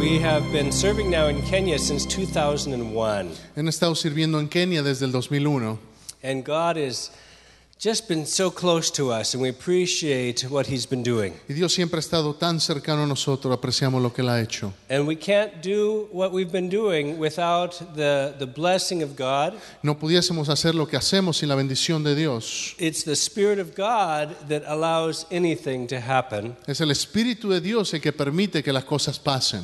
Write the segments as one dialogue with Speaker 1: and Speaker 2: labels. Speaker 1: We have been serving now in Kenya since 2001,
Speaker 2: Han estado sirviendo en Kenia desde el 2001
Speaker 1: and God has just been so close to us, and we appreciate what He's been doing.
Speaker 2: y Dios siempre ha estado tan cercano a nosotros, apreciamos lo que Él ha hecho.
Speaker 1: And we can't do what we've been doing without the, the blessing of God.
Speaker 2: No pudiésemos hacer lo que hacemos sin la bendición de Dios.
Speaker 1: It's the Spirit of God that allows anything to happen.
Speaker 2: Es el Espíritu de Dios el que permite que las cosas pasen.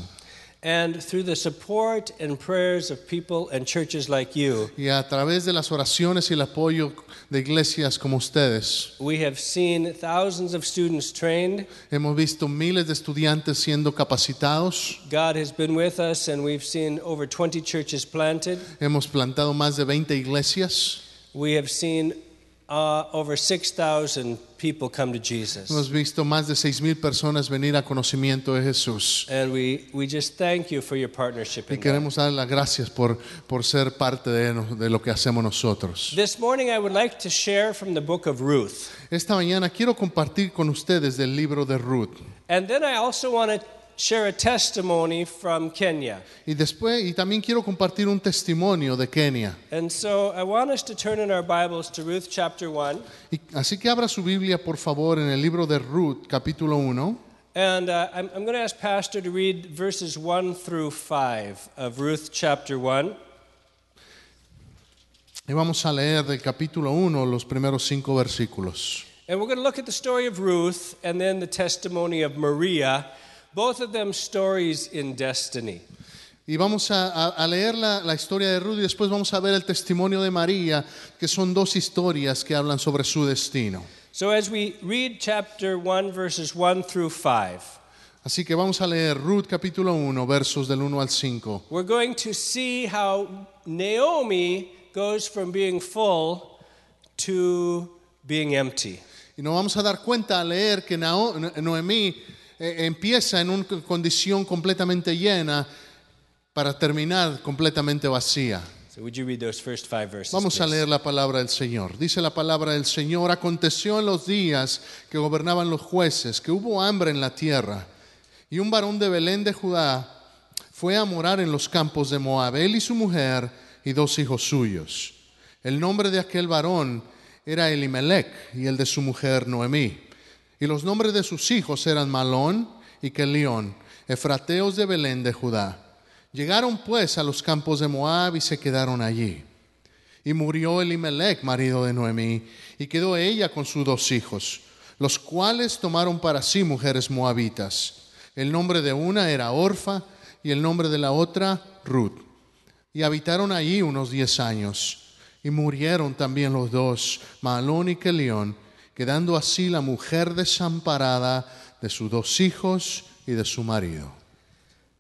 Speaker 1: And through the support and prayers of people and churches like you,
Speaker 2: Y a través de las oraciones y el apoyo de iglesias como ustedes,
Speaker 1: we have seen thousands of students trained.
Speaker 2: hemos visto miles de estudiantes siendo capacitados,
Speaker 1: God has been with us, and we've seen over 20 churches planted.
Speaker 2: hemos plantado más de 20 iglesias,
Speaker 1: We have seen uh, over 6,000 people come to Jesus.
Speaker 2: hemos visto más de 6.000 personas venir a conocimiento de Jesús.
Speaker 1: And we, we just thank you for your partnership
Speaker 2: Y
Speaker 1: in that.
Speaker 2: queremos dar las gracias por, por ser parte de, no- de lo que hacemos nosotros.
Speaker 1: This morning, I would like to share from the book of Ruth.
Speaker 2: Esta mañana quiero compartir con ustedes del libro de Ruth.
Speaker 1: And then I also want to share a testimony from Kenya.
Speaker 2: Y después, y también quiero compartir un testimonio de Kenia.
Speaker 1: And so I want us to turn in our Bibles to Ruth chapter 1.
Speaker 2: Y- así que abra su Biblia, por favor, en el libro de Ruth, capítulo 1.
Speaker 1: And uh, I'm, I'm going to ask Pastor to read verses 1 through 5 of Ruth chapter 1.
Speaker 2: Y vamos a leer del capítulo 1 los primeros cinco versículos.
Speaker 1: And we're going to look at the story of Ruth and then the testimony of Maria, both of them stories in destiny.
Speaker 2: Y vamos a, a- a leer la, la historia de Ruth y después vamos a ver el testimonio de María, que son dos historias que hablan sobre su destino.
Speaker 1: So as we read chapter 1, verses 1 through 5,
Speaker 2: Así que vamos a leer Ruth capítulo 1, versos del 1 al 5.
Speaker 1: we're going to see how Naomi goes from being full to being empty.
Speaker 2: Y nos vamos a dar cuenta al leer que Nao- Noemí eh, empieza en una condición completamente llena para terminar completamente vacía.
Speaker 1: So would you read those first five verses?
Speaker 2: Vamos a
Speaker 1: please?
Speaker 2: leer la palabra del Señor. Dice la palabra del Señor, aconteció en los días que gobernaban los jueces, que hubo hambre en la tierra, y un varón de Belén de Judá fue a morar en los campos de Moab, él y su mujer y dos hijos suyos. El nombre de aquel varón era Elimelech y el de su mujer Noemí. Y los nombres de sus hijos eran Malón y Kelión, efrateos de Belén de Judá. Llegaron pues a los campos de Moab y se quedaron allí. Y murió Elimelech, marido de Noemí, y quedó ella con sus dos hijos, los cuales tomaron para sí mujeres moabitas. El nombre de una era Orfa y el nombre de la otra Ruth. Y habitaron allí unos diez años. Y murieron también los dos, Malón y Kelión, quedando así la mujer desamparada de sus dos hijos y de su marido.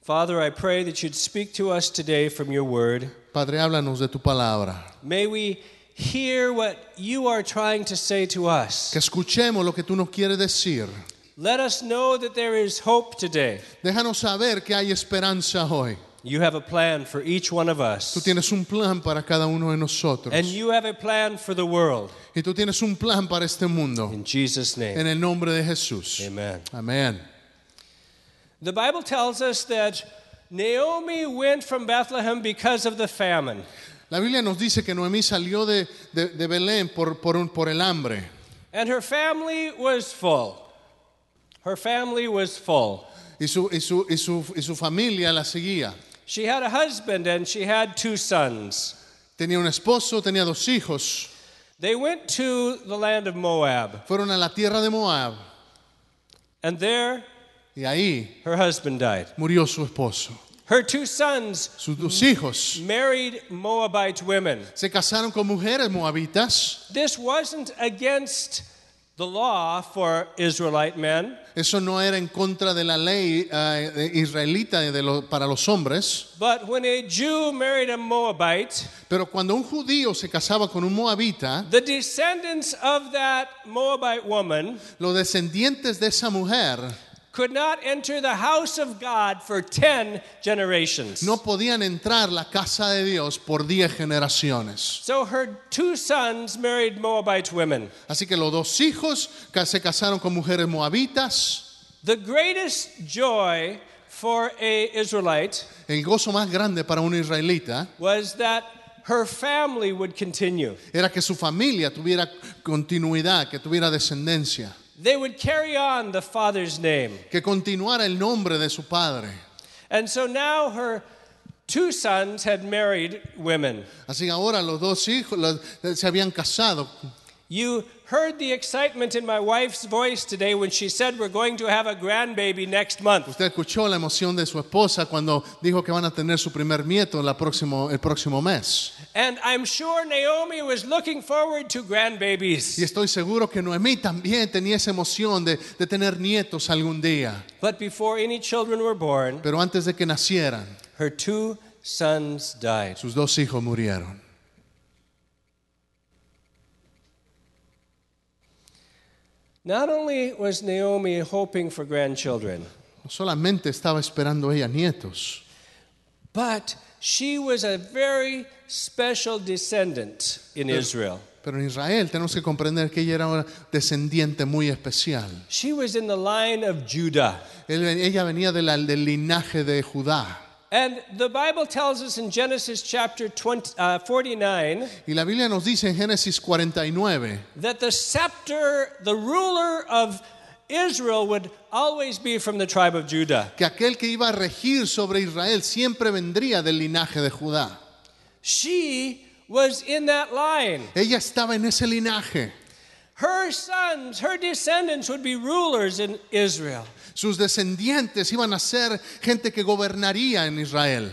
Speaker 1: Father, I pray that you'd speak to us today from your word.
Speaker 2: Padre, háblanos de tu palabra.
Speaker 1: May we hear what you are trying to say to us.
Speaker 2: Que escuchemos lo que tú nos quieres decir.
Speaker 1: Let us know that there is hope today.
Speaker 2: Déjanos saber que hay esperanza hoy.
Speaker 1: You have a plan for each one of
Speaker 2: Tú
Speaker 1: us.
Speaker 2: tienes un plan para cada uno de nosotros.
Speaker 1: And you have a plan for the world.
Speaker 2: Y tú tienes un plan para este mundo.
Speaker 1: In Jesus' name.
Speaker 2: En el nombre de Jesús.
Speaker 1: Amen.
Speaker 2: Amén.
Speaker 1: The Bible tells us that Naomi went from Bethlehem because of the famine.
Speaker 2: La Biblia nos dice que Noemí salió de, de- de Belén por, por un- por el hambre.
Speaker 1: And her family was full. Her family was full.
Speaker 2: Y su, y su- y su- y su familia la seguía.
Speaker 1: She had a husband and she had two sons.
Speaker 2: Tenía un esposo, tenía dos hijos.
Speaker 1: They went to the land of Moab,
Speaker 2: Fueron a la tierra de Moab.
Speaker 1: and there
Speaker 2: Y ahí
Speaker 1: her husband died.
Speaker 2: murió su esposo.
Speaker 1: Her two sons
Speaker 2: Sus dos hijos
Speaker 1: married Moabite women.
Speaker 2: se casaron con mujeres moabitas.
Speaker 1: This wasn't against the law for Israelite men,
Speaker 2: Eso no era en contra de la ley eh, de- israelita de lo- para los hombres,
Speaker 1: but when a Jew married a Moabite,
Speaker 2: pero cuando un judío se casaba con un moabita,
Speaker 1: the descendants of that Moabite woman
Speaker 2: los descendientes de esa mujer
Speaker 1: could not enter the house of God for 10 generations.
Speaker 2: no podían entrar a la casa de Dios por 10 generaciones.
Speaker 1: So her two sons married Moabite women.
Speaker 2: Así que los dos hijos ca- se casaron con mujeres moabitas.
Speaker 1: The greatest joy for a Israelite
Speaker 2: El gozo más grande para un israelita
Speaker 1: was that her family would continue.
Speaker 2: era que su familia tuviera continuidad, que tuviera descendencia,
Speaker 1: They would carry on the father's name.
Speaker 2: que continuara el nombre de su padre.
Speaker 1: And so now her two sons had married women.
Speaker 2: Así que ahora los dos hijos los- eh, se habían casado.
Speaker 1: You heard the excitement in my wife's voice today when she said we're going to have a grandbaby next month.
Speaker 2: Usted escuchó la emoción de su esposa cuando dijo que van a tener su primer nieto la próximo- el próximo mes.
Speaker 1: And I'm sure Naomi was looking forward to
Speaker 2: Y
Speaker 1: grandbabies.
Speaker 2: estoy seguro que Noemí también tenía esa emoción de, de tener nietos algún día.
Speaker 1: But before any children were born,
Speaker 2: Pero antes de que nacieran,
Speaker 1: her two sons died.
Speaker 2: sus dos hijos murieron.
Speaker 1: Not only was Naomi hoping for grandchildren,
Speaker 2: No solamente estaba esperando ella nietos,
Speaker 1: but she was a very special descendant in Israel.
Speaker 2: pero en Israel tenemos que comprender que ella era una descendiente muy especial.
Speaker 1: She was in the line of Judah.
Speaker 2: Él- ella venía de la- del linaje de Judá.
Speaker 1: And the Bible tells us in Genesis chapter 20, uh, 49
Speaker 2: Y la Biblia nos dice en Génesis 49
Speaker 1: that the scepter, the ruler of Israel, would always be from the tribe of Judah.
Speaker 2: que aquel que iba a regir sobre Israel siempre vendría del linaje de Judá.
Speaker 1: She was in that line.
Speaker 2: Ella estaba en ese linaje.
Speaker 1: Her sons, her descendants would be rulers in Israel.
Speaker 2: Sus descendientes iban a ser gente que gobernaría en Israel.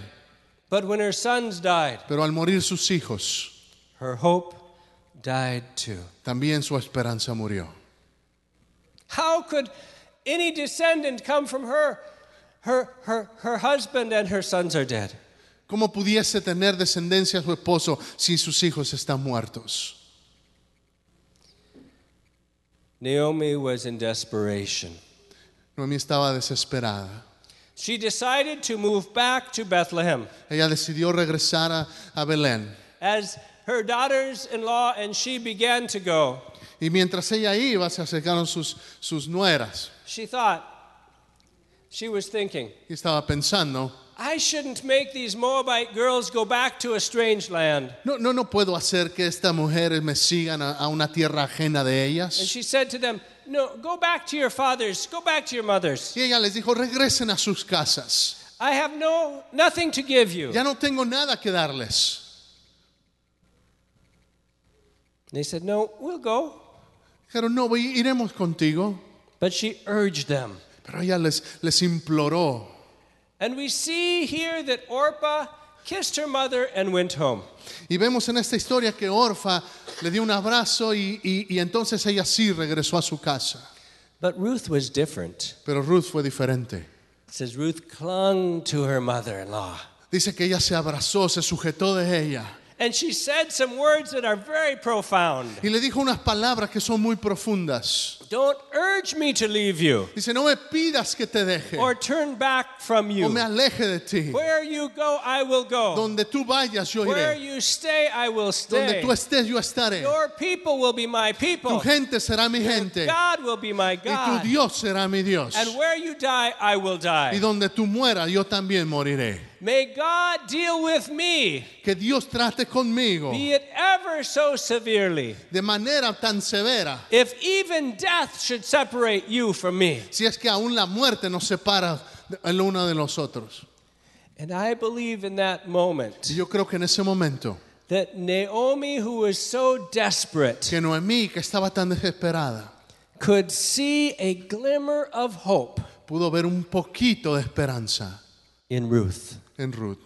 Speaker 1: But when her sons died,
Speaker 2: Pero al morir sus hijos,
Speaker 1: her hope died too.
Speaker 2: también su esperanza murió.
Speaker 1: How could any descendant come from her? Her, her, her husband and her sons are dead.
Speaker 2: ¿Cómo pudiese tener descendencia su esposo si sus hijos están muertos?
Speaker 1: Naomi was in desperation.
Speaker 2: Noemí estaba desesperada.
Speaker 1: She decided to move back to Bethlehem.
Speaker 2: Ella decidió regresar a, a Belén.
Speaker 1: As her daughters in law and she began to go,
Speaker 2: Y mientras ella iba, se acercaron sus, sus nueras.
Speaker 1: she thought, she was thinking,
Speaker 2: Y estaba pensando,
Speaker 1: I shouldn't make these Moabite girls go back to a strange land.
Speaker 2: no, no, no puedo hacer que estas mujeres me sigan a, a una tierra ajena de
Speaker 1: And
Speaker 2: ellas.
Speaker 1: she said to them, No, go back to your fathers, go back to your mothers.
Speaker 2: Y ella les dijo, regresen a sus casas.
Speaker 1: I have no nothing to give you.
Speaker 2: Ya no tengo nada que darles.
Speaker 1: They said, No, we'll go.
Speaker 2: Dijeron, no, voy- iremos contigo.
Speaker 1: But she urged them.
Speaker 2: Pero ella les, les imploró.
Speaker 1: And we see here that Orpah kissed her mother and went home.
Speaker 2: Y vemos en esta historia que Orfa le dio un abrazo y, y- y entonces ella sí regresó a su casa.
Speaker 1: But Ruth was different.
Speaker 2: Pero Ruth fue diferente.
Speaker 1: It says Ruth clung to her mother in law.
Speaker 2: Dice que ella se abrazó, se sujetó de ella
Speaker 1: And she said some words that are very profound.
Speaker 2: y le dijo unas palabras que son muy profundas.
Speaker 1: Don't urge me to leave you
Speaker 2: Dice, no me pidas que te deje
Speaker 1: or turn back from
Speaker 2: o me
Speaker 1: you.
Speaker 2: aleje de ti.
Speaker 1: Where you go, I will go.
Speaker 2: Donde tú vayas, yo
Speaker 1: Where
Speaker 2: iré.
Speaker 1: you stay, I will
Speaker 2: Donde
Speaker 1: stay.
Speaker 2: tú estés, yo estaré.
Speaker 1: Your people will be my
Speaker 2: Tu
Speaker 1: people.
Speaker 2: gente será mi gente
Speaker 1: God will be my
Speaker 2: y tu
Speaker 1: God.
Speaker 2: Dios será mi Dios.
Speaker 1: And where you die, I will
Speaker 2: Y
Speaker 1: die.
Speaker 2: donde tú mueras, yo también moriré.
Speaker 1: May God deal with me,
Speaker 2: Que Dios trate conmigo
Speaker 1: be it ever so severely,
Speaker 2: de manera tan severa
Speaker 1: if even death should separate you from me.
Speaker 2: si es que aún la muerte nos separa el uno de los otros.
Speaker 1: And I believe in that moment
Speaker 2: Y yo creo que en ese momento,
Speaker 1: that Naomi, who was so desperate,
Speaker 2: que Noemí, que estaba tan desesperada,
Speaker 1: could see a glimmer of hope
Speaker 2: pudo ver un poquito de esperanza
Speaker 1: in Ruth.
Speaker 2: en Ruth.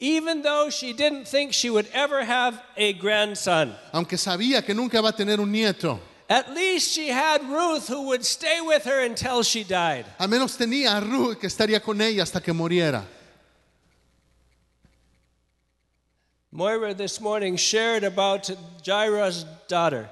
Speaker 1: Even though she didn't think she would ever have a grandson,
Speaker 2: Aunque sabía que nunca va a tener un nieto,
Speaker 1: at least she had Ruth who would stay with her until she died.
Speaker 2: al menos tenía a Ruth que estaría con ella hasta que muriera.
Speaker 1: Moira this morning shared about Jairus' daughter.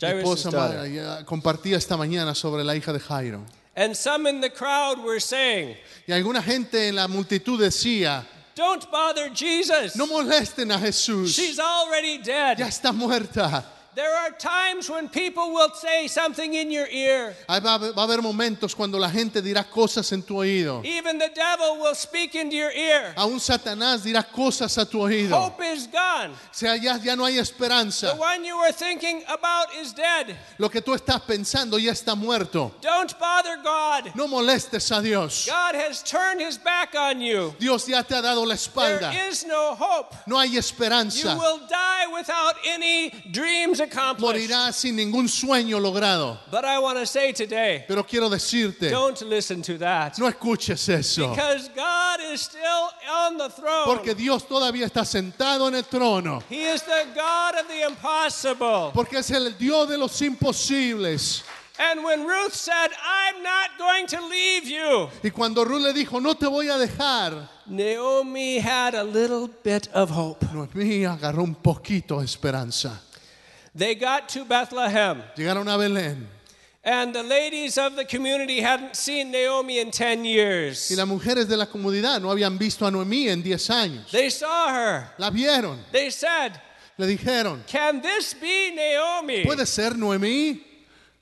Speaker 2: Mi
Speaker 1: Jairus'
Speaker 2: esposa
Speaker 1: daughter.
Speaker 2: ma- ya compartía esta mañana sobre la hija de Jairo.
Speaker 1: And some in the crowd were saying,
Speaker 2: Y alguna gente en la multitud decía,
Speaker 1: Don't bother Jesus.
Speaker 2: no molesten a Jesús,
Speaker 1: She's already dead.
Speaker 2: ya está muerta.
Speaker 1: There are times when people will say something in your ear.
Speaker 2: Ahí Va a haber- va a haber momentos cuando la gente dirá cosas en tu oído.
Speaker 1: Even the devil will speak into your ear.
Speaker 2: Aún Satanás dirá cosas a tu oído.
Speaker 1: Hope is gone.
Speaker 2: O sea, ya, ya no hay
Speaker 1: The
Speaker 2: esperanza.
Speaker 1: one you were thinking about is dead.
Speaker 2: Lo que tú estás pensando ya está muerto.
Speaker 1: Don't bother God.
Speaker 2: No molestes a Dios.
Speaker 1: God has turned his back on you.
Speaker 2: Dios ya te ha dado la espalda.
Speaker 1: There is no hope.
Speaker 2: No hay
Speaker 1: You
Speaker 2: esperanza.
Speaker 1: will die without any dreams accomplished.
Speaker 2: Morirás sin ningún sueño logrado.
Speaker 1: But I want to say today
Speaker 2: Pero quiero decirte,
Speaker 1: don't listen to that.
Speaker 2: no escuches eso.
Speaker 1: Because God is still on the throne.
Speaker 2: Porque Dios todavía está sentado en el trono.
Speaker 1: He is the God of the impossible.
Speaker 2: Porque es el Dios de los imposibles.
Speaker 1: And when Ruth said, I'm not going to leave you,
Speaker 2: Y cuando Ruth le dijo, no te voy a dejar,
Speaker 1: Naomi had a little bit of hope.
Speaker 2: Noemí agarró un poquito de esperanza.
Speaker 1: They got to Bethlehem,
Speaker 2: Llegaron a Belén
Speaker 1: and the ladies of the community hadn't seen Naomi in 10
Speaker 2: y
Speaker 1: years.
Speaker 2: las mujeres de la comunidad no habían visto a Noemí en 10 años.
Speaker 1: They saw her.
Speaker 2: La vieron,
Speaker 1: They said,
Speaker 2: le dijeron,
Speaker 1: Can this be Naomi?
Speaker 2: ¿puede ser Noemí?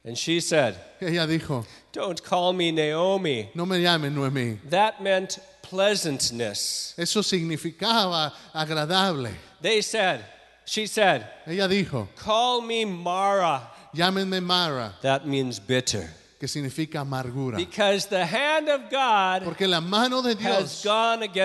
Speaker 1: And she said,
Speaker 2: Y ella dijo,
Speaker 1: Don't call me Naomi.
Speaker 2: no me llamen Noemí.
Speaker 1: That meant pleasantness.
Speaker 2: Eso significaba agradable.
Speaker 1: They said, She said,
Speaker 2: Ella dijo,
Speaker 1: Call me Mara.
Speaker 2: llámenme Mara,
Speaker 1: That means bitter.
Speaker 2: que significa amargura.
Speaker 1: Because the hand of God
Speaker 2: Porque la mano de
Speaker 1: has
Speaker 2: Dios
Speaker 1: gone against.